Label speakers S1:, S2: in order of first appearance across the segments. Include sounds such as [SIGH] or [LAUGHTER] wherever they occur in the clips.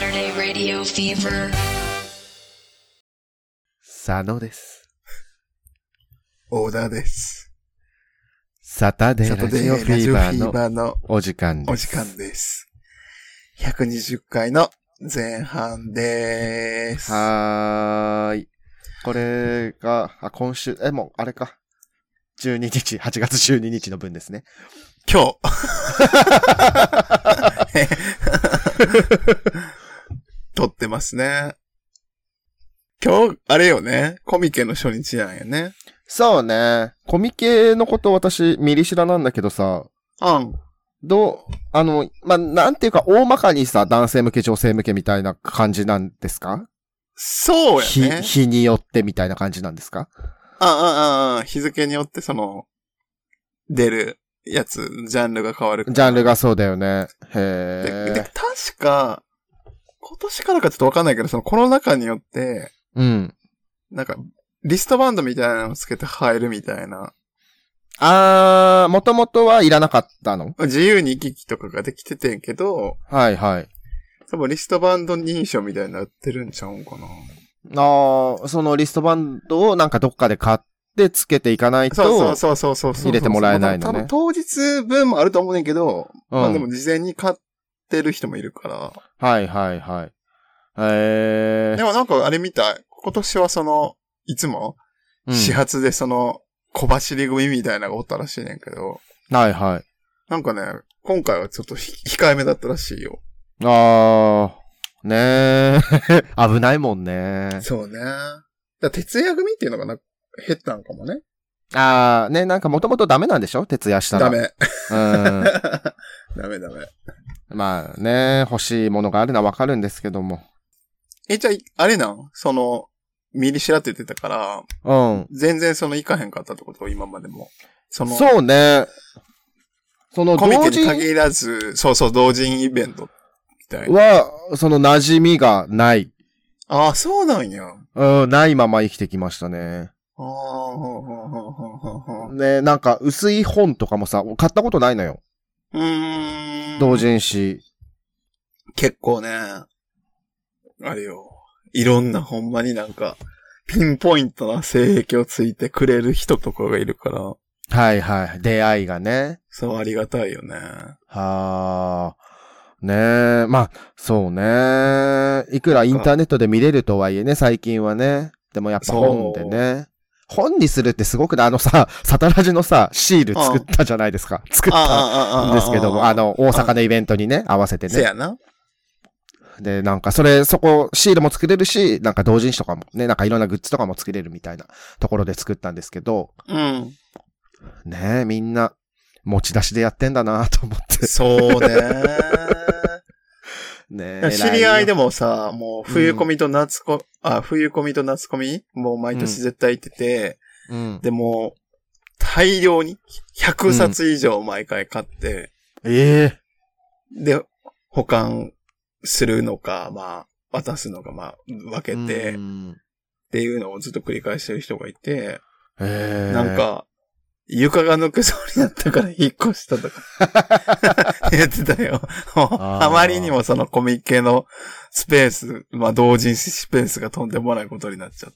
S1: Radio Fever.
S2: 佐野です。
S3: オーダーです。
S2: サタデ
S3: サ
S2: ー
S3: タ
S2: ラ
S3: デ
S2: ジオフ
S3: ーラ
S2: ィ
S3: ジ
S2: ー
S3: オフ
S2: バー
S3: ィー
S2: の
S3: バーの
S2: お時間です。
S3: お時間です。120回の前半です。
S2: はーい。これが、あ、今週、え、もう、あれか。12日、8月12日の分ですね。 [LAUGHS]
S3: 今日。撮ってますね。今日、あれよね。コミケの初日なんよね。
S2: そうね。コミケのこと私、ミリ知らなんだけどさ、
S3: うん。
S2: どう、あの、まあ、なんていうか、大まかにさ、男性向け、女性向けみたいな感じなんですか
S3: そう
S2: 日、
S3: やね。
S2: 日によってみたいな感じなんですか
S3: ああ、ああ、日付によってその、出るやつ、ジャンルが変わるから
S2: ジャンルがそうだよね。
S3: でで
S2: へえ。
S3: 確か、今年からかちょっとわかんないけど、そのコロナ禍によって、
S2: うん。
S3: なんか、リストバンドみたいなのをつけて入るみたいな、
S2: あー、もともとはいらなかったの
S3: 自由に行き来とかができててんけど、
S2: はいはい。
S3: 多分リストバンド認証みたいになってるんちゃうんかな。
S2: ああ、そのリストバンドをなんかどっかで買ってつけていかないと。
S3: そうそうそうそうそうそ
S2: 入
S3: う。
S2: れてもらえないのね
S3: まあ多分当日分もあると思うねんけど、ま
S2: う
S3: あ
S2: ん
S3: でも事前に買ってる人もいるから。
S2: はいはいはい。え
S3: でもなんかあれみたい。今年はその、いつも
S2: ー。
S3: 始
S2: うん
S3: 発でその、小走り組みたいなのがおったらしいねんけど、
S2: はいはい。
S3: なんかね、今回はちょっとひ控えめだったらしいよ。
S2: ああ、ねえ。 [LAUGHS] 危ないもんね。
S3: そうね。だから徹夜組っていうのがな、減ったんかもね。
S2: ああ、ね、なんかもともとダメなんでしょ徹夜したら。
S3: ダ。メ。 [LAUGHS]
S2: うん。 [LAUGHS]
S3: ダメダメ。
S2: まあね、欲しいものがあるのはわかるんですけども。
S3: え、じゃあ、あれなんその、ミリシラって言ってたから、
S2: うん。
S3: 全然その行かへんかったってこと今までも。その、
S2: そうね。その
S3: コミ
S2: 同
S3: ケに
S2: 時
S3: 限らず、そうそう、同人イベントみたいな。
S2: は、その馴染みがない。
S3: ああ、そうなんや。あ
S2: うん、ないまま生きてきましたね。
S3: あ、ほうほうほうほうほうほう。
S2: ね、なんか薄い本とかもさ、買ったことないのよ。
S3: うーん。
S2: 同人誌。
S3: 結構ね、あれよ。いろんなほんまになんか、ピンポイントな性癖をついてくれる人とかがいるから、
S2: はいはい。出会いがね。
S3: そうありがたいよね。
S2: はあ。ねえ、まあ、そうね。いくらインターネットで見れるとはいえね、最近はね。でもやっぱ本でね。本にするってすごくね、あのさ、サタラジのさ、シール作ったじゃないですか。作った
S3: あ
S2: んですけども、あ、の、大阪
S3: あ
S2: のイベントにね、合わせて
S3: せ
S2: ね。
S3: やな。
S2: で、なんかそれ、そこ、シールも作れるし、なんか同人誌とかもね、なんかいろんなグッズとかも作れるみたいなところで作ったんですけど、
S3: うん。
S2: ねえ、みんな、持ち出しでやってんだなと思
S3: [LAUGHS]
S2: って。
S3: そう
S2: ねえ
S3: ね。知り合いで
S2: も。
S3: もさ、もう冬コミと夏コ、あ、冬コミと夏コミもう毎年絶対行ってて、
S2: うん。
S3: でも、大量に、100冊以上毎回買って、
S2: ええ
S3: で、保管するのか、まあ、渡すのか、まあ、分けて、
S2: う
S3: っ
S2: ん
S3: ていうのをずっと繰り返してる人がいて、
S2: ええ
S3: なん。か、床が抜けそうになっ
S2: [LAUGHS]
S3: たから引っ越したとか、 [LAUGHS] 言ってたよ。もう
S2: あー
S3: あまりにもそのコミケのスペース、まあ同人誌スペースがとんでもないことになっちゃっ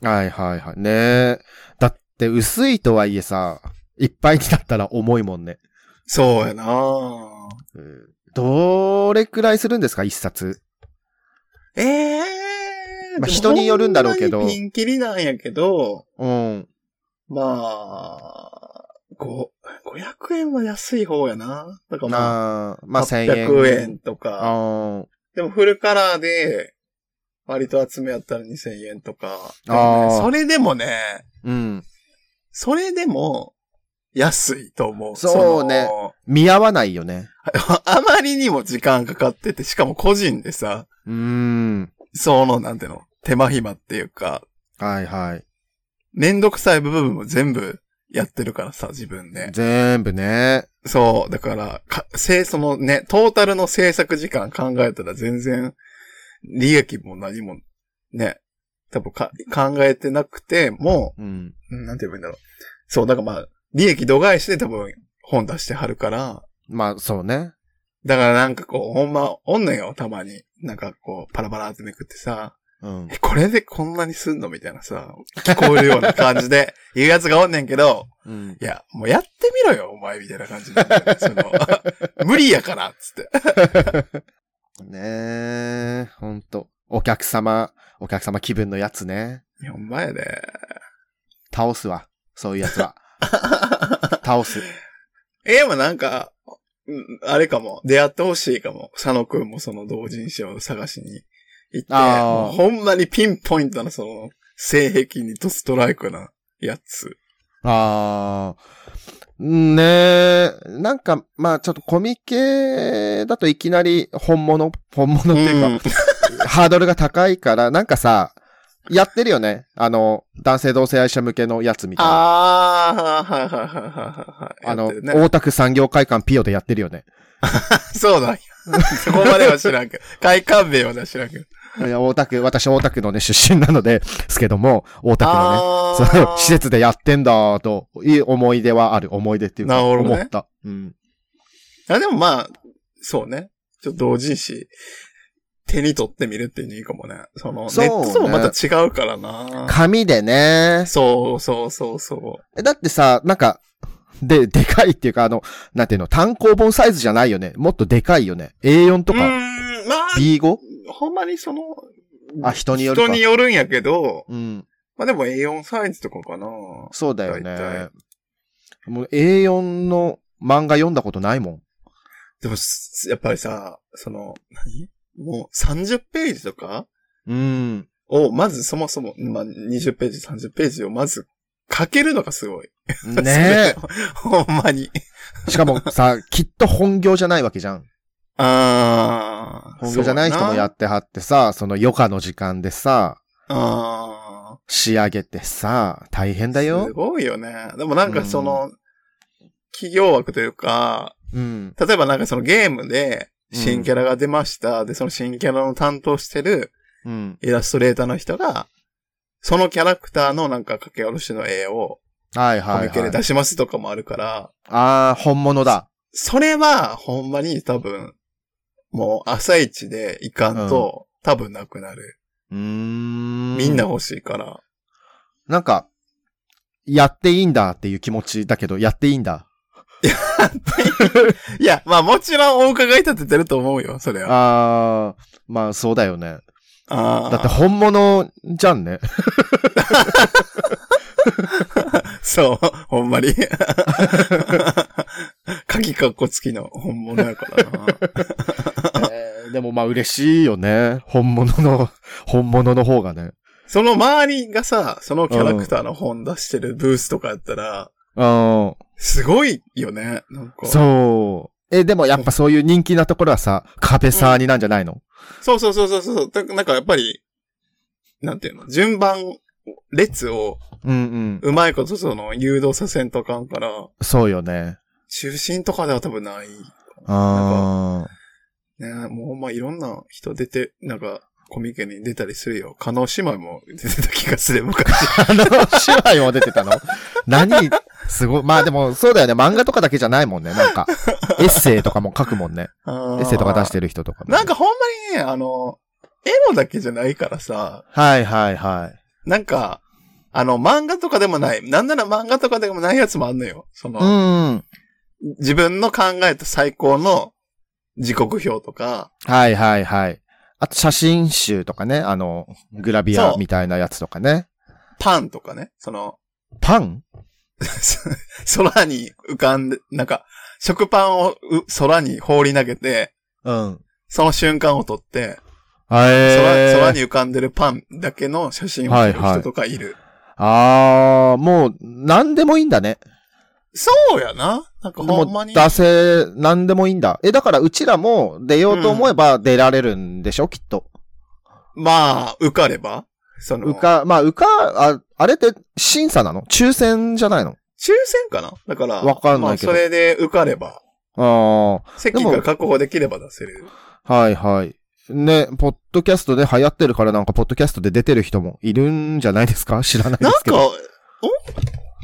S3: て。
S2: はいはいはい。ねえ。だって、薄いとはいえさ、いっぱいになったら重いもんね。
S3: そうやなぁ
S2: うんどれくらいするんですか、一冊。
S3: ええー
S2: まあ人によるんだろうけど
S3: ほんまにピンキリなんやけど、
S2: うん。
S3: まあ、ご、500円は安い方やな。だからまあ、
S2: なあ、まあ、1000円。
S3: 800円とか。
S2: あ
S3: でもフルカラーで、割と集めやったら2000円とか。でも
S2: あ
S3: ね
S2: ー
S3: それでもね、
S2: ーうん。
S3: それでも、安いと思う。
S2: そうね
S3: の [LAUGHS]
S2: 見合わないよね。
S3: あまりにも時間かかってて、しかも個人でさ、
S2: うーん。
S3: その、なんていうの、手間暇っていうか、
S2: はいはい。
S3: めんどくさい部分も全部やってるからさ、自分で。
S2: 全部ね。
S3: そう、だから、か、せ、そのね、トータルの制作時間考えたら全然、利益も何も、ね、多分か、考えてなくても、
S2: うん。
S3: うんなんて言えばいいんだろう。そう、だからまあ、利益度外視で多分、本出してはるから、
S2: まあ、そうね。
S3: だからなんかこう、ほんま、おんのよ、たまに。なんかこう、パラパラってめくってさ、
S2: うん。
S3: え、これでこんなにすんのみたいなさ、聞こえるような感じで、言うやつがおんねんけど、
S2: うん。
S3: いや、もうやってみろよ、お前、みたいな感じで。その、
S2: [LAUGHS]
S3: 無理やから、つって。
S2: ねえ、ほんと。お客様、お客様気分のやつね。
S3: いや、ほんまやで。
S2: 倒すわ。そういうやつ [LAUGHS] は。倒す。
S3: え、でもなんか、うんあれかも、出会ってほしいかも。佐野くんもその同人誌を探しに行って、
S2: あー
S3: もうほんまにピンポイントなその、性癖にドストライクなやつ。
S2: あー。ねえ、なんか、まあちょっとコミケだといきなり本物、本物っていうか、
S3: うん
S2: ハードルが高いから、なんかさ、やってるよね。あの、男性同性愛者向けのやつみたいな。
S3: あー、はいはいはいはいはい。
S2: あの、
S3: やってるね、
S2: 大田区産業会館ピオでやってるよ
S3: [LAUGHS]
S2: ね。
S3: そ
S2: [LAUGHS]
S3: うだ。そこまでは知らんけど。快感名は知らんけど。
S2: いや、大田区、私大田区のね、出身なので、 [LAUGHS] ですけども、大田区のね、
S3: あ
S2: その施
S3: ー
S2: 設でやってんだと、いい思い出はある。思い出っていうか、
S3: なるほどね
S2: 思った。うん。
S3: あ、でもまあ、そうね。ちょっと同人誌、手に取ってみるっていうのいいかもね。その、
S2: そう
S3: ネ
S2: ね
S3: ットともまた違うからな。
S2: 紙でね、
S3: そうそうそうそ
S2: えだってさ、なんか、で、でかいっていうか、あの、なんていうの、単行本サイズじゃないよね。もっとでかいよね。A4
S3: う。
S2: と
S3: うー
S2: か、
S3: ん、まあ、
S2: B5?
S3: ほんまにその、
S2: あ、人によるか。
S3: 人によるんやけど、
S2: うん。
S3: まあでも A4 サイズとかかな。
S2: そうだよ
S3: 大
S2: ね。もう A4 の漫画読んだことないもん。
S3: でも、すやっぱりさ、その、何もう30ページとか [LAUGHS]
S2: うん。
S3: を、まずそもそも、まあ20ページ、30ページをまず書けるのがすごい。 [LAUGHS]
S2: ね
S3: ほんまに。
S2: え。しか
S3: [LAUGHS]
S2: もさ、きっと本業じゃないわけじゃん。
S3: あー。
S2: 本業じゃない人もや
S3: っ
S2: ってはってさ、その余暇の時間でさ、
S3: あ
S2: 仕上げてさ、大変
S3: ー。
S2: だ
S3: す
S2: よ。
S3: ごいよね。でもなんかその、企業枠というか、
S2: うん。
S3: 例えばなんかそのゲームで、新キャ
S2: ラ。
S3: ラが出ました。で、その新キャラの担当してる
S2: うん。
S3: イラストレーターの人が、そのキャラクターのなんか書き下ろしの絵を
S2: はいは
S3: コ
S2: い、
S3: ミケで
S2: はい。
S3: 出しますとかもあるから、
S2: あー、本物だ。
S3: それはほんまに多分、もう朝一でいかんと、多分なくなる。
S2: うーん。
S3: みんな。欲しいから。
S2: なんか、やっていいんだっていう気持ちだけど、やっていいんだ。
S3: [LAUGHS] いや、まあもちろんお伺い立ててると思うよ、それは。
S2: あー、まあそうだよね。
S3: あ
S2: だって本物じゃん
S3: [LAUGHS]
S2: ね。
S3: あ、そう、ほんまに。鍵かっこつきの本物やから [LAUGHS] な。
S2: えーでもまあ嬉しいよね。本物の、本物の方がね。
S3: その周りがさ、そのキャラクターの本出してるブースとかやったら、
S2: うん。
S3: すごいよね。なんか。そう
S2: そう。え、でもやっぱそういう人気なところはさ、壁サーになんじゃないの、
S3: そうそうそうそうだなんかやっぱり、なんていうの、順番、列を
S2: うん、うん
S3: うまいことその誘導させんとあかんから、
S2: そうよね。
S3: 中心とかでは多分ない。
S2: あ
S3: ね、もうほんまいろんな人出て、なんか、コミケに出たりするよ。加納姉妹も出てた気がする、昔。
S2: [LAUGHS] あの、姉妹も出てた [LAUGHS] の何すごい。まあでも、そうだよね。漫画とかだけじゃないもんね。なん [LAUGHS] か、エッセイとかも書くもんね。エ
S3: エ
S2: ッセイとか出してる人とかも。
S3: なんかほんまにね、あの、エロだけじゃないからさ、
S2: はいはいはい。
S3: なんか、あの、漫画とかでもない、なんなら漫画とかでもないやつもあんのよ。その、
S2: うん。
S3: 自分の考えた最高の時刻表とか、
S2: はいはいはい。あと写真集とかね、あの、グラビアみたいなやつとかね。
S3: パンとかね、その、 [LAUGHS]
S2: パン
S3: 空に浮かんで、なんか、食パンをう空に放り投げて、
S2: うん。
S3: その瞬間を撮って、空
S2: えー、
S3: 空に浮かんでるパンだけの写真を撮る人とかいる。
S2: あー、もう、なんでもいいんだね。
S3: そうやな。なんか
S2: も
S3: ほ
S2: うん
S3: まに。
S2: 出せ、なんでもいいんだ。え、だからうちらも出ようと思えば出られるんでしょ、きっと。
S3: まあ、受かればその、
S2: うか、まあ、うか、あ、あれって審査なの抽選じゃないの
S3: 抽選かなだから、
S2: わかんないけど
S3: まあ、それで受かれば、
S2: あ
S3: 席が確保できれば出せる。
S2: ー、はいはい。ね、ポッドキャストで流行ってるからなんか、ポッドキャストで出てる人もいるんじゃないですか知らないで
S3: なん
S2: すけ
S3: か、
S2: ど。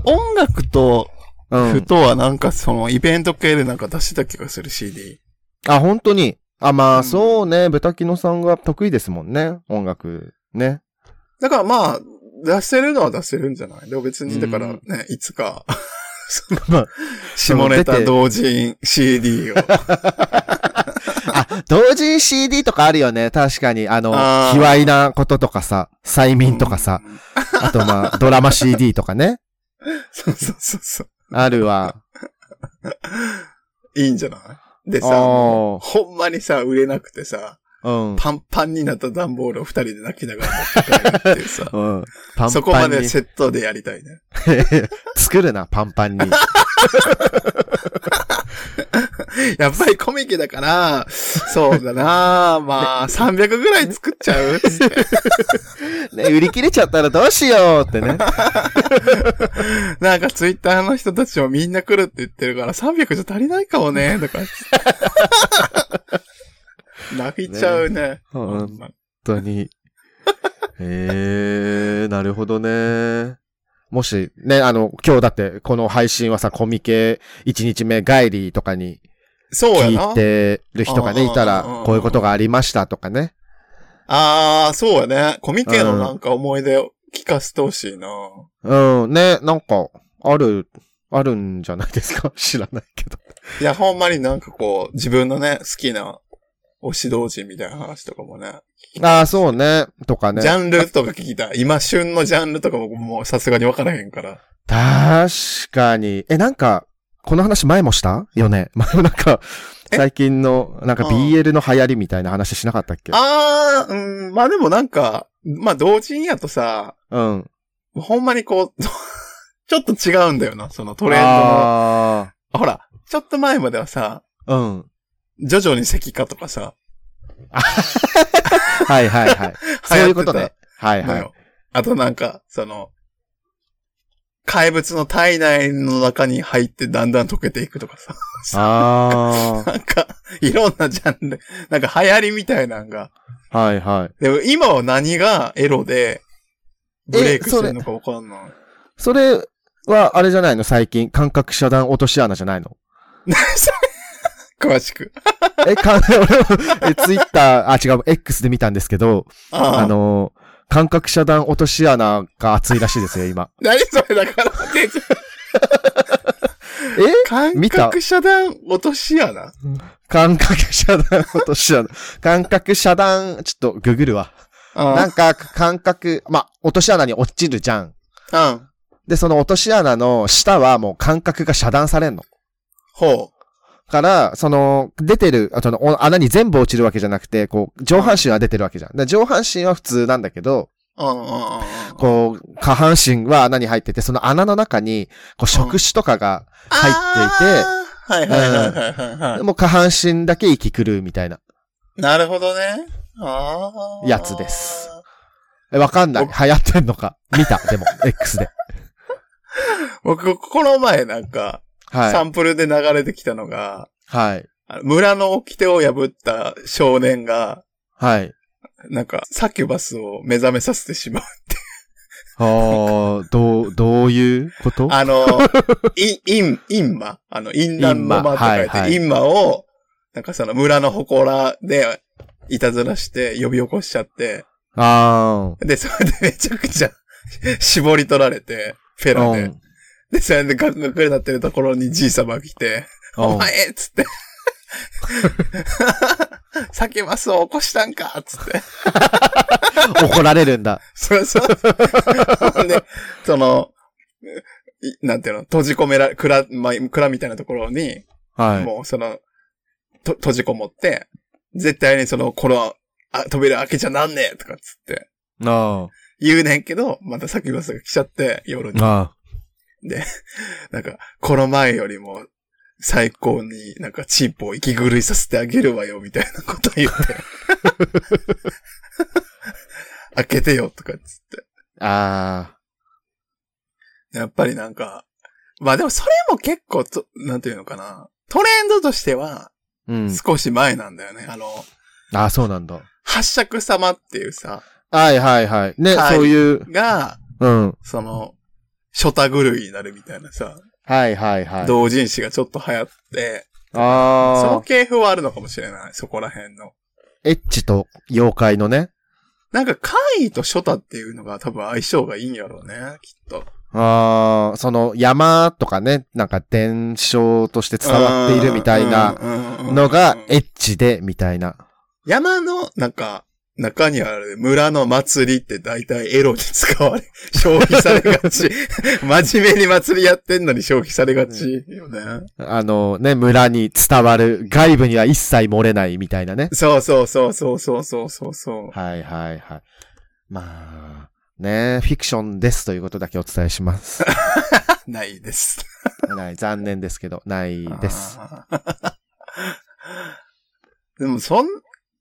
S3: お音楽と
S2: なん
S3: ふとはなんかそのイベント系でなんか出してた気がする CD。
S2: あ、本当に。あ、まあ、
S3: うん
S2: そうね。ブタキノさんが得意ですもんね。音楽。ね。
S3: だからまあ、出せるのは出せるんじゃないでも別
S2: うん
S3: に、だからね、いつ
S2: [LAUGHS]
S3: か、その
S2: まあ
S3: 下ネ
S2: その出
S3: タ
S2: て
S3: 同人 CD を。
S2: [LAUGHS] あ、同時に CD とかあるよね。確かに。あの、
S3: あー
S2: 卑猥なこととかさ、催眠とかさ、
S3: うん。
S2: あとまあ、ドラマ CD とかね。
S3: そうそうそうそう。
S2: あるわ。
S3: いいんじゃないでさ、
S2: あー
S3: もうほんまにさ、売れなくてさ、
S2: うん。。
S3: パンパンになった段ボールを二人で泣きながら持って帰るっていうさ
S2: うん。 [LAUGHS] パンパンに。
S3: そこまでセットでやりたいね。
S2: 作るな、パンパ
S3: [LAUGHS]
S2: ンに。
S3: やっぱりコミケ
S2: [LAUGHS]
S3: だから、そうだなまあ、300ぐらい作っちゃ
S2: [LAUGHS]
S3: うつって
S2: ね、売り切れちゃったらどうしようってね。
S3: なんかツイッターの人たちもみんな来るって言ってるから、300じゃ足りないかもね、とか。
S2: [LAUGHS]
S3: 泣いちゃうね。
S2: うん
S3: ほ
S2: 本
S3: んまに
S2: 当に。へえー、なるほどね。もし、ね、あの、今日だって、この配信はさ、コミケ1日目帰りとかに
S3: そうや
S2: 聞
S3: な。
S2: いてる人がね、
S3: うん
S2: いたら
S3: うん、
S2: こういうことがありましたとかね。
S3: ああ、そうやね。コミケのなんか思い出を聞かせてほしいな。
S2: うん、ね、なんか、ある、あるんじゃないですか知らないけど。
S3: いや、ほんまになんかこう、自分のね、好きな推し同人みたいな話とかもね。
S2: ああ、そうね、とかね
S3: ジ。ャンルとか聞きたい。今旬のジャンルとかももうさすがにわからへんから。
S2: 確かに。え、なんか、この話前もしたよね。 [LAUGHS] 前もなんか、
S3: え
S2: 最近の、なんか
S3: うん
S2: BL の流行りみたいな話しなかったっけ
S3: ああ、うん、まあでもなんか、まあ同人やとさ、
S2: うん。
S3: ほんまにこう、 [LAUGHS] ちょっと違うんだよな、そのト
S2: ト
S3: レンドの。
S2: あ
S3: ほら、ちょっと前まではさ、
S2: ーうん。
S3: 徐々に石化とかさ、
S2: はいはい
S3: [LAUGHS]
S2: はい。そういうことね。はい
S3: 流行
S2: は
S3: ってたの
S2: い。
S3: よ。あとなんか、その、怪物の体内の中に入ってだんだん溶けていくとかさ、 [LAUGHS]
S2: あ
S3: なんか、いろんなジャンル、なんか流行りみたいなんが、
S2: あ。はいはい。
S3: でも今は何がエロで、ブレイクしてるのかわかんない。
S2: それは、あれじゃないの最近、感覚遮断落とし穴じゃないの
S3: 詳しく。
S2: え、か、 [LAUGHS] 俺も、え、ツイッター、あ、違う、X で見たんですけど、
S3: あ
S2: あ
S3: あ
S2: のー、感覚遮断落とし穴が熱いらしいですよ、今。
S3: 何それだから。
S2: え
S3: 感
S2: 見た
S3: 覚遮断落とし穴
S2: 感覚遮断落とし穴。感覚遮断、ちょっとググるわ。な
S3: あ
S2: んか、感覚、まあ、落とし穴に落ちるじゃん。
S3: あ。うん。
S2: で、その落とし穴の下はもう感覚が遮断されんの。
S3: ほ
S2: から、その、出てる、あその、お穴に全部落ちるわけじゃなくて、こう、上半身は出てるわけじゃん。で上半身は普通なんだけど、
S3: う。うんうんうんうん。
S2: こう、下半身は穴に入ってて、その穴の中に、こう、触手とかが、入
S3: っていて。はいはいはいはいはいはい。
S2: もう下半身だけ息狂うみたいな。
S3: なるほどね。ああ。
S2: やつです。え、わかんない。流行ってんのか。見た、でも、X で。
S3: 僕、この前なんか、サ
S2: はい。
S3: ンプルで流れてきたのが、
S2: はい。
S3: あの村の掟を破った少年が、
S2: はい。
S3: なんか、サキュバスを目覚めさせてしまう
S2: あー、どう、どういうこと
S3: あの、イン、イン、インマあの、インランドマ
S2: イン
S3: と書い
S2: マはいはい
S3: て、インマを、なんかその村の祠で、いたずらして呼び起こしちゃって、
S2: あ
S3: で、それでめちゃくちゃ、絞り取られて、フェ
S2: ー。
S3: ラ
S2: う
S3: で。
S2: ん。
S3: で、それでガクガクになってるところにじいさまが来て、お
S2: うん
S3: 前っつって。酒マスを起こしたんかっつって。
S2: 怒られるんだ。
S3: そうそう。ほんで、その、いなんていうの、閉じ込めら、蔵、まあ、蔵みたいなところに、
S2: はい。
S3: もうその、と、閉じこもって、絶対にその、この、あ、扉開けちゃなんねえとかっつって、
S2: あ
S3: 言うねんけど、また先バスが来ちゃって、夜
S2: ー。
S3: に。
S2: あ
S3: なんか、この前よりも、最高になんかチープを息狂いさせてあげるわよ、みたいなこと
S2: [LAUGHS]
S3: 言って。開けてよ、とかっつっ
S2: ー。あー。
S3: て。やっぱりなんか、まあでもそれも結構と、なんていうのかな。トレンドとしては、
S2: うん。
S3: 少し前なんだよね。あの、
S2: あそうなんだ。
S3: 八尺様っていうさ、
S2: はいはいはい。ね、
S3: はい
S2: そういう、
S3: が、
S2: うん。
S3: その、ショタ狂いになるみたいなさ、
S2: はいはいはい。
S3: 同人誌がちょっと流行って、その
S2: ああ、
S3: 系譜はあるのかもしれない。そこら辺の。
S2: エッチと妖怪のね。
S3: なんか、怪異とショタっていうのが多分相性がいいんやろうね、きっと。
S2: ああ、その山とかね、なんか伝承として伝わっているみたいなの
S3: の
S2: がエッチでみたいな。
S3: 山の、なんか、中にある村の祭りって大体エロに使われ、消費されが
S2: [LAUGHS]
S3: ち。真面目に祭りやってんのに消費されがちよね。
S2: あのね、村に伝わる外部には一切漏れないみたいなね。
S3: そうそうそうそうそうそうそうそう。
S2: はいはいはい。まあ、ね、フィクションですということだけお伝えし
S3: [LAUGHS]
S2: ます。
S3: ないです。
S2: ない、残念ですけど、ないです。
S3: あー。 [LAUGHS] でも、そん、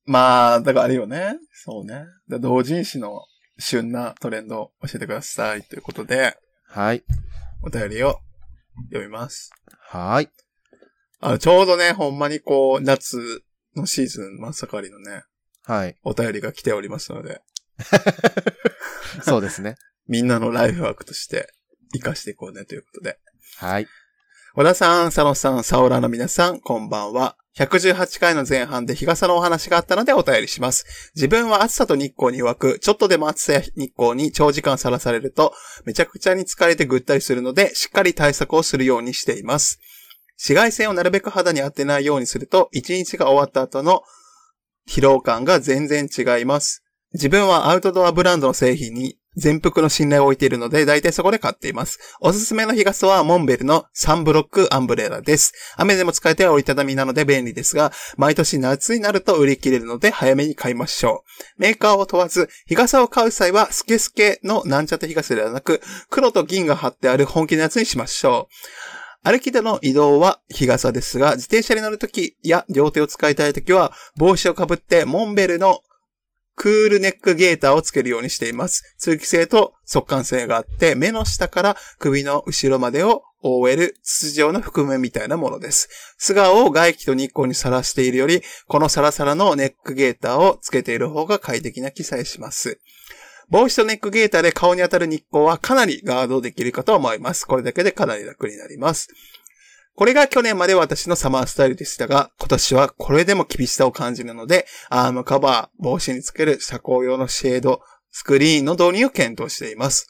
S3: まあ、だからあれよね。そうね。だ同人誌の旬なトレンドを教えてくださいということで、
S2: はい。
S3: お便りを読みます。
S2: はい。
S3: あの、ちょうどね、ほんまにこう、夏のシーズン真っ盛りのね、
S2: はい。
S3: お便りが来ておりますので、
S2: そうですね。
S3: みんなのライフワークとして活かしていこうねということで。
S2: はい。
S3: 小田さん、佐野さん、サオラの皆さん、こんばんは。118回の前半で日傘のお話があったのでお便りします。自分は暑さと日光に弱く、ちょっとでも暑さや日光に長時間さらされると、めちゃくちゃに疲れてぐったりするので、しっかり対策をするようにしています。紫外線をなるべく肌に当てないようにすると、一日が終わった後の疲労感が全然違います。自分はアウトドアブランドの製品に全幅の信頼を置いているので、大体そこで買っています。おすすめの日傘はモンベルのサンブロックアンブレラです。雨でも使えては折りたたみなので便利ですが、毎年夏になると売り切れるので早めに買いましょう。メーカーを問わず、日傘を買う際はスケスケのなんちゃって日傘ではなく、黒と銀が貼ってある本気のやつにしましょう。歩きでの移動は日傘ですが、自転車に乗るときや両手を使いたいときは、帽子をかぶってモンベルのクールネックゲーターをつけるようにしています。通気性と速乾性があって、目の下から首の後ろまでを覆える筒状の覆面みたいなものです。素顔を外気と日光にさらしているより、このサラサラのネックゲーターをつけている方が快適な記載します。帽子とネックゲーターで顔に当たる日光はかなりガードできるかと思います。これだけでかなり楽になります。これが去年まで私のサマースタイルでしたが、今年はこれでも厳しさを感じるので、アームカバー、帽子につける遮光用のシェード、スクリーンの導入を検討しています。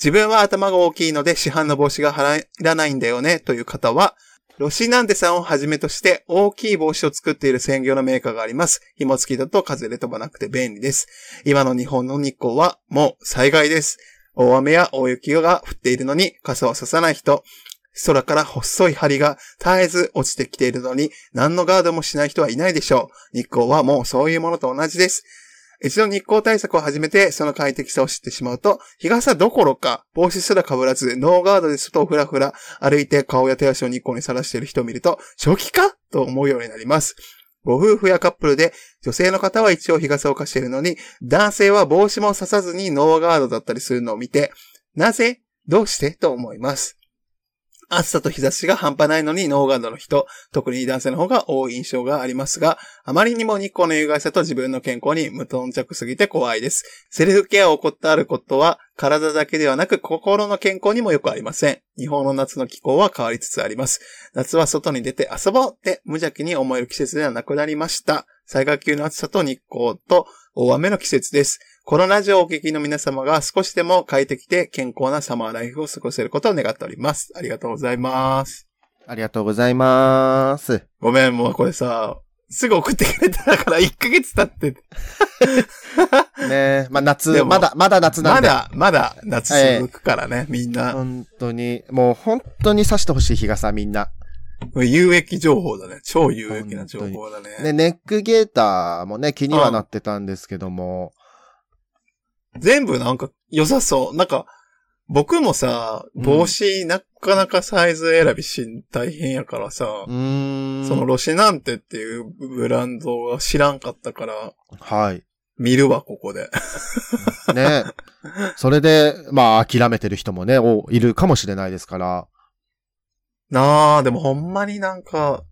S3: 自分は頭が大きいので市販の帽子が入らないんだよねという方は、ロシナンデさんをはじめとして大きい帽子を作っている専業のメーカーがあります。紐付きだと風で飛ばなくて便利です。今の日本の日光はもう災害です。大雨や大雪が降っているのに傘をささない人、空から細い針が絶えず落ちてきているのに何のガードもしない人はいないでしょう。日光はもうそういうものと同じです。一度日光対策を始めて、その快適さを知ってしまうと、日傘どころか、帽子すら被らず、ノーガードで外をふらふら歩いて顔や手足を日光にさらしている人を見ると、正気かと思うようになります。ご夫婦やカップルで、女性の方は一応日傘を貸しているのに、男性は帽子もささずにノーガードだったりするのを見て、なぜどうしてと思います。暑さと日差しが半端ないのにノーガードの人、特に男性の方が多い印象がありますが、あまりにも日光の有害さと自分の健康に無頓着すぎて怖いです。セルフケアを怠ることは体だけではなく心の健康にもよくありません。日本の夏の気候は変わりつつあります。夏は外に出て遊ぼうって無邪気に思える季節ではなくなりました。災害級の暑さと日光と大雨の季節です。このラジオをお聞きの皆様が少しでも快適で健康なサマーライフを過ごせることを願っております。ありがとうございます。
S2: ありがとうございます。
S3: ごめん、もうこれさ、すぐ送ってくれたから1ヶ月経って
S2: ねまあ
S3: で
S2: 夏、
S3: も
S2: まだ、まだ夏な
S3: ま
S2: んで。
S3: だ、まだ夏続くからね、みんな。
S2: 本当に、もう本当に刺してほしい日傘みんな。
S3: 有益情報だね。超有益な情報だ
S2: ね、
S3: ね。
S2: ネックゲーターもね、気にはなってたんですけども。
S3: 全部なんか良さそう。なんか、僕もさ、
S2: うん
S3: 帽子なかなかサイズ選びしん大変やからさ
S2: う、ーん。
S3: そのロシナンテっていうブランドは知らんかったから、
S2: はい。
S3: 見るわ、ここで。 [LAUGHS]
S2: ね。それで、まあ、諦めてる人もね、おいるかもしれないですから。
S3: なあ、でもほんまになんか、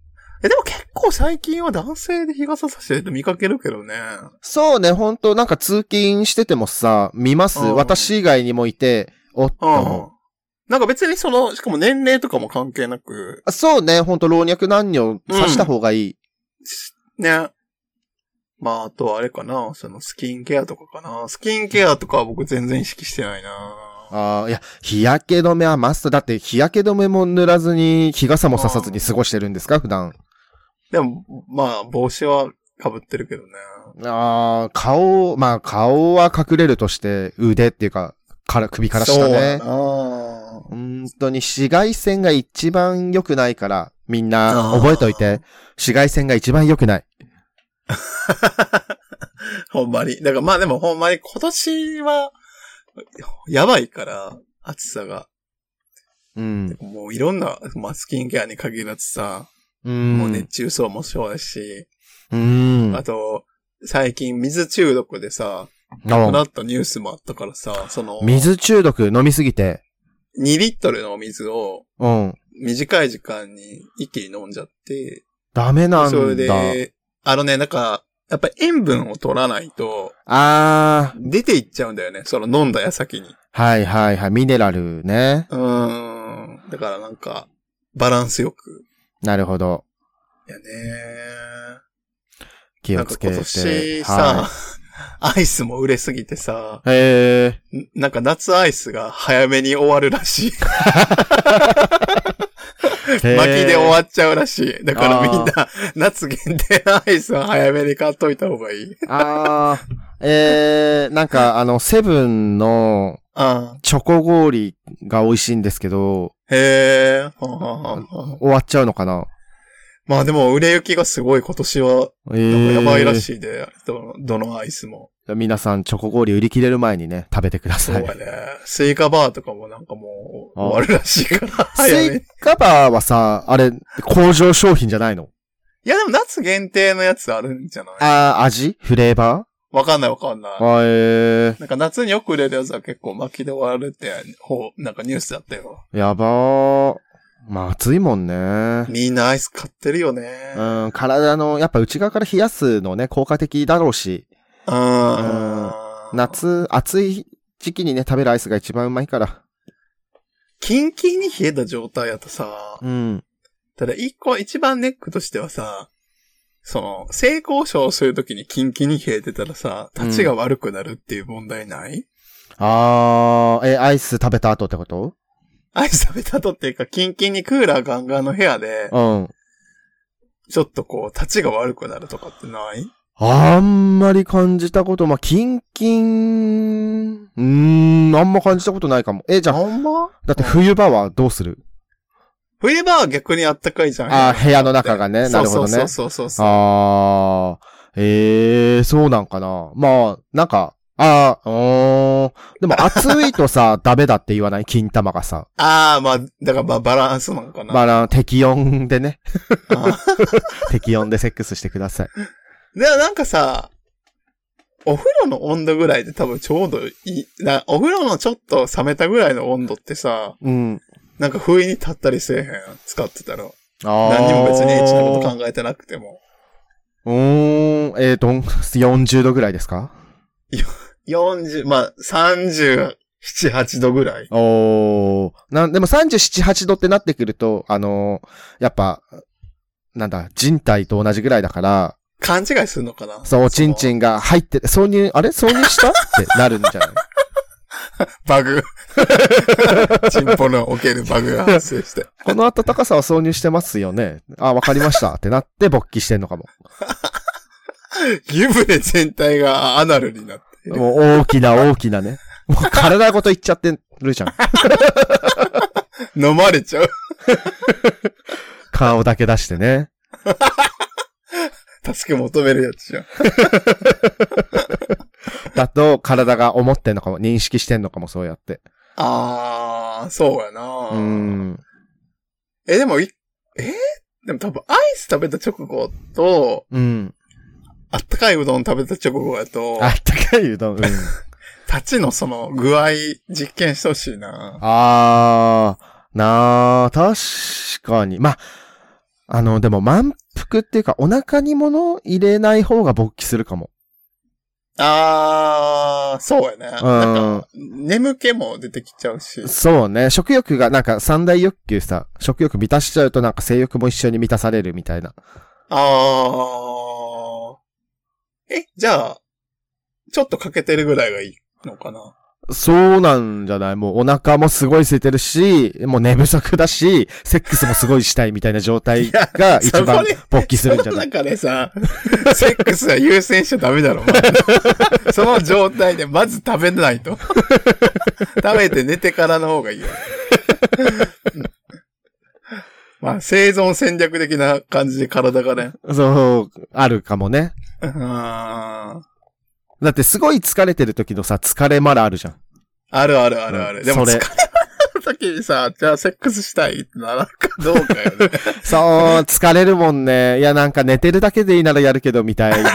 S3: え、でも結構最近は男性で日傘さしてる人見かけるけどね。
S2: そうね、本当なんか通勤しててもさ、見ます。
S3: うん
S2: 私以外にもいて、おっと
S3: うん
S2: 思。
S3: なんか別にその、しかも年齢とかも関係なく、
S2: あそうね、ほんと老若男女刺した方がいい。
S3: ね。まあ、あとはあれかな、そのスキンケアとかかな。スキンケアとかは僕全然意識してないな。
S2: ああ、いや、日焼け止めはマスト。だって日焼け止めも塗らずに、日傘もささずに過ごしてるんですか普段。
S3: でも、まあ、帽子は被ってるけどね。
S2: ああ、顔、まあ顔は隠れるとして、腕っていうか、から首から下ね。
S3: あ
S2: 本当に紫外線が一番良くないから、みんな覚えといて。紫外線が一番良くない。
S3: ほんまに。だからまあでもほんまに今年は、やばいから、暑さが。
S2: うん。
S3: もういろんな、まあスキンケアに限らずさ、
S2: うん。
S3: もう熱中症もそうだし、
S2: うん。
S3: あと、最近水中毒でさ、
S2: あ
S3: 亡くなったニュースもあったからさ、その、2
S2: 水中毒飲みすぎて。
S3: リットルのお水を
S2: うん。
S3: 短い時間に一気に飲んじゃって、
S2: ダメなんだ。
S3: それで、あのね、なんか、やっぱ塩分を取らないと、
S2: あー、
S3: 出ていっちゃうんだよね。その飲んだ矢先に。
S2: はいはいはい。ミネラルね。
S3: うーん。だからなんか、バランスよく。
S2: なるほど。
S3: いやね
S2: 気
S3: な
S2: を
S3: んか
S2: つけ
S3: 今
S2: て。
S3: 年さ、
S2: は
S3: アイスも売れすぎてさ、
S2: い、へー。
S3: んなんか夏アイスが早めに終わるらしい。
S2: 巻き
S3: 巻きで終わっちゃうらしい。だからみんな、夏限定のアイスは早めに買っといた方がいい。
S2: あー、えー、なんかあの、セブンの
S3: あ
S2: チョコ氷が美味しいんですけど、
S3: あへえ。はんはんはんはん
S2: 終わっちゃうのかな
S3: まあでも売れ行きがすごい今年は、
S2: え
S3: なん
S2: ー、
S3: かやばいらしいで、どのどのアイスも。
S2: 皆さん、チョコ氷売り切れる前にね、食べてくだ
S3: そ
S2: さ
S3: う
S2: い。
S3: だね。スイカバーとかもなんかもう終わるらしいから。
S2: [LAUGHS] ス
S3: 早めに
S2: イカバーはさ、あれ、工場商品じゃないの
S3: いやでも夏限定のやつあるんじゃない
S2: あー、味フレーバー
S3: わかんないわかんない。
S2: あえ
S3: なんか夏によく売れるやつは結構巻きで終わるって、ほう、なんかニュースだったよ。
S2: ー、やばー。まあ暑いもんね。
S3: みんなアイス買ってるよね。うん。
S2: うん、体の、やっぱ内側から冷やすのね、効果的だろうし、夏、暑い時期にね、食べるアイスが一番うまいから。
S3: キンキンに冷えた状態やとさ、
S2: うん。
S3: ただ一個、一番ネックとしてはさ、その、性交渉をするときにキンキンに冷えてたらさ、立ちが悪くなるっていう問題ない、
S2: あー、え、アイス食べた後ってこと
S3: アイス食べた後っていうか、キンキンにクーラーガンガンの部屋で、
S2: うん。
S3: ちょっとこう、立ちが悪くなるとかってない
S2: あんまり感じたこと、まあ、キンキン、うーん、あんま感じたことないかも。え、じゃあ、
S3: ほんま
S2: だって冬場はどうする
S3: 冬場は逆にあったかいじゃん。
S2: あー部屋の中がね、
S3: そ
S2: な
S3: う
S2: るほどね。
S3: そうそうそうそう。
S2: あー、ええー、そうなんかな。まあ、なんか、あー、うーん。で
S3: [LAUGHS]
S2: も暑いとさ、ダメだって言わない金玉がさ。
S3: ああ、まあ、だからまあバランスなのかな。
S2: まあな、適温で
S3: [LAUGHS]
S2: ね。
S3: あ
S2: 適温でセックスしてください。
S3: ーでもなんかさ、お風呂の温度ぐらいで多分ちょうどいい。なお風呂のちょっと冷めたぐらいの温度ってさ、
S2: うん。
S3: なんか不意に立ったりせえへん。使ってたら。
S2: あー
S3: 何にも別にエッチなこと考えてなくても。
S2: うーん、えーと、40度ぐらいですか
S3: 40、まあ、37、8度ぐらい。
S2: おー。なん、でも37、8度ってなってくると、あのーやっぱ、なんだ、人体と同じぐらいだから、
S3: 勘違いするのかな
S2: そう、おちんち
S3: ん。
S2: んが入って、挿入、あれ挿入したってなるんじゃない
S3: バ [LAUGHS] グ。チンポのおけるバグが発生して。
S2: この暖かさは挿入してますよね。あ、わかりました。ってなって勃起してんのかも。
S3: 湯船全体がアナルになってる。
S2: もう大きな大きなね。もう体ごといっちゃってるじゃん。
S3: 飲まれちゃう。
S2: 顔だけ出してね。
S3: 助け求めるやつじゃん。
S2: だと体が思ってんのかも、認識してんのかも、そうやって。
S3: あー、そうや
S2: う
S3: な、
S2: ーん。
S3: え、でもい、えーでも多分アイス食べた直後と、
S2: うん。
S3: あったかいうどん食べた直後やと
S2: あ、ったかいうどん。うん、
S3: 立ちのその具合実験してほしいな
S2: あー、なあ、確かに。ま、あの、でも満腹っていうか、お腹に物入れない方が勃起するかも。
S3: あー、そうやね。なんか、眠気も出てきちゃうし。
S2: そうね。食欲が、なんか三大欲求さ、食欲満たしちゃうとなんか性欲も一緒に満たされるみたいな。
S3: あー。え、じゃあ、ちょっと欠けてるぐらいがいいのかな。
S2: そうなんじゃないもうお腹もすごい空いてるし、もう寝不足だし、セックスもすごいしたいみたいな状態が一
S3: そこ
S2: 番
S3: に
S2: 勃起するんじゃ
S3: その
S2: ない
S3: 中でさ、 [LAUGHS] セックスは優先しちゃダメだろ、
S2: [LAUGHS]
S3: まずその状態でまず食べないと。食べて寝てからの方がいい
S2: [LAUGHS]
S3: よ。まあ、生存戦略的な感じで体がね。
S2: そう、あるかもね。
S3: うーん
S2: だってすごい疲れてる時のさ、疲れマラあるじゃん。
S3: あるあるあるある。
S2: うん
S3: でも疲
S2: そ
S3: れ
S2: れ
S3: た時にさ、じゃあセックスしたいってならんかどうかよ
S2: [LAUGHS]
S3: ね。
S2: そう、疲れるもんね。いや、なんか寝てるだけでいいならやるけど、みたいにな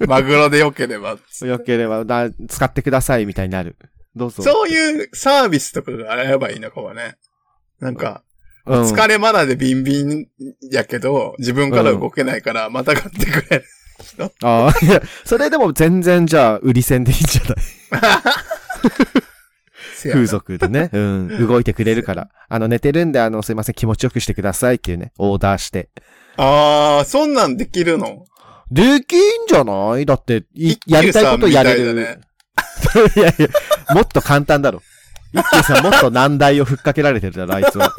S2: る。
S3: マグロで良ければ。 [LAUGHS]
S2: よければな、使ってください、みたいになる。どうぞ。
S3: そういうサービスとかがあればいいのかもね。なんか、
S2: うん、
S3: 疲れまだでビンビンやけど、自分から動けないから、また買ってくれ。
S2: ああ、いや、それでも全然じゃあ、売り線でいいんじゃない
S3: せやな
S2: 風俗で
S3: [LAUGHS]
S2: ね。うん。動いてくれるから。あの、寝てるんで、あの、すいません、気持ちよくしてくださいっていうね、オーダーして。
S3: あー、そんなんできるの [LAUGHS]
S2: できんじゃないだって、い
S3: 一休さ
S2: や
S3: ん
S2: りたいことやれる。
S3: みたいだね
S2: [LAUGHS] いやいや、もっと簡単だろ。一休さんもっと難題をふっかけられてるだろ、あいつは。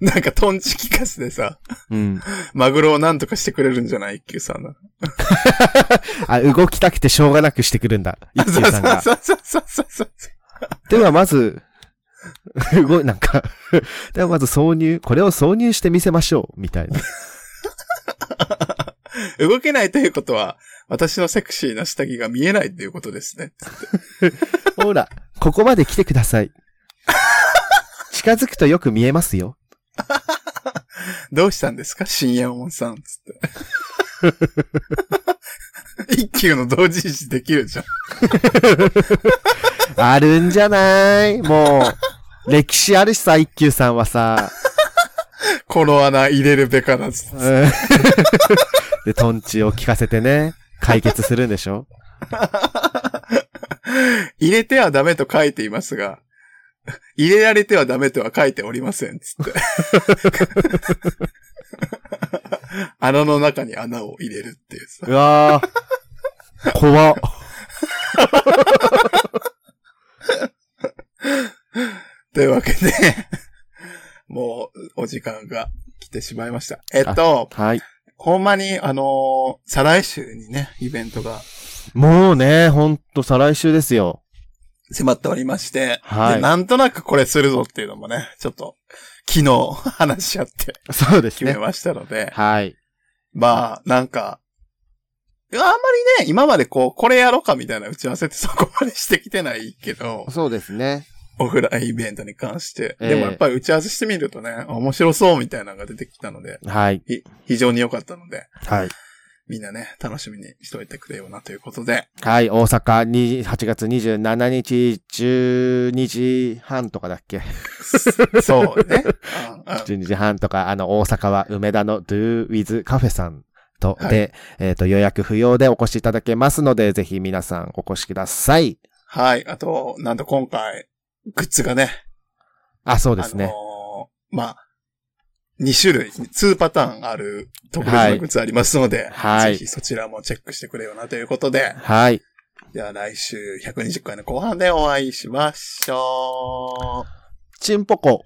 S3: なんか、トンチキカスでさ、
S2: うん。
S3: マグロをなんとかしてくれるんじゃない一休さんが。
S2: あ、動きたくてしょうがなくしてくるんだ。一
S3: そう
S2: 休さんが。
S3: そうそうそうそうそう。
S2: ではまず、 [LAUGHS] 動い、なんか、 [LAUGHS] ではまず挿入、これを挿入してみせましょう、みたいな。
S3: 動けないということは、私のセクシーな下着が見えないということですね。
S2: ほら、ここまで来てください。近づくとよく見えますよ。
S3: どうしたんですか深夜おんさん。つって。 [LAUGHS] 一休の同時視できるじゃん。
S2: あるんじゃないもう、歴史あるしさ、一休さんはさ。
S3: この穴入れるべからず。
S2: うんで、トンチを聞かせてね、解決するんでしょ
S3: 入れてはダメと書いていますが、入れられてはダメとは書いておりません、つって。 [LAUGHS] 穴の中に穴を入れるっていうさ。
S2: うわー怖っ。
S3: というわけで、もう、お時間が来てしまいました。えっと、
S2: はい。
S3: ほんまに、あのー再来週にね、イベントが
S2: もうね、ほんと、再来週ですよ。
S3: 迫っておりまして、
S2: はい
S3: でなんとなくこれするぞっていうのもね、ちょっと、昨日話し合って
S2: そうです
S3: 決め
S2: ね。
S3: ましたので、
S2: はい。
S3: まあ、なんか、あんまりね、今までこう、これやろうかみたいな打ち合わせってそこまでしてきてない
S2: [LAUGHS]
S3: けど、
S2: そうですね。
S3: オフラインイベントに関して。
S2: ええ
S3: でもやっぱり打ち合わせしてみるとね、面白そうみたいなのが出てきたので、
S2: はい。
S3: ひ非常に良かったので、
S2: はい。
S3: みんなね、楽しみにしといてくれよなということで、
S2: はい、大阪に8月27日12時半とかだっけ [LAUGHS]
S3: そうね。うんうん
S2: ?12 時半とか、あの、大阪は梅田の Do with カフェさんと
S3: はい
S2: で、えっ、と、予約不要でお越しいただけますので、ぜひ皆さんお越しください。
S3: はい。あと、なんと今回、グッズがね、
S2: あ、そうです
S3: あ
S2: ね。
S3: のーまあ、2種類、2パターンある特別なグッズありますので、
S2: はい
S3: ぜひそちらもチェックしてくれよなということで、
S2: はい。
S3: では来週120回の後半でお会いしましょう。
S2: チンポコ。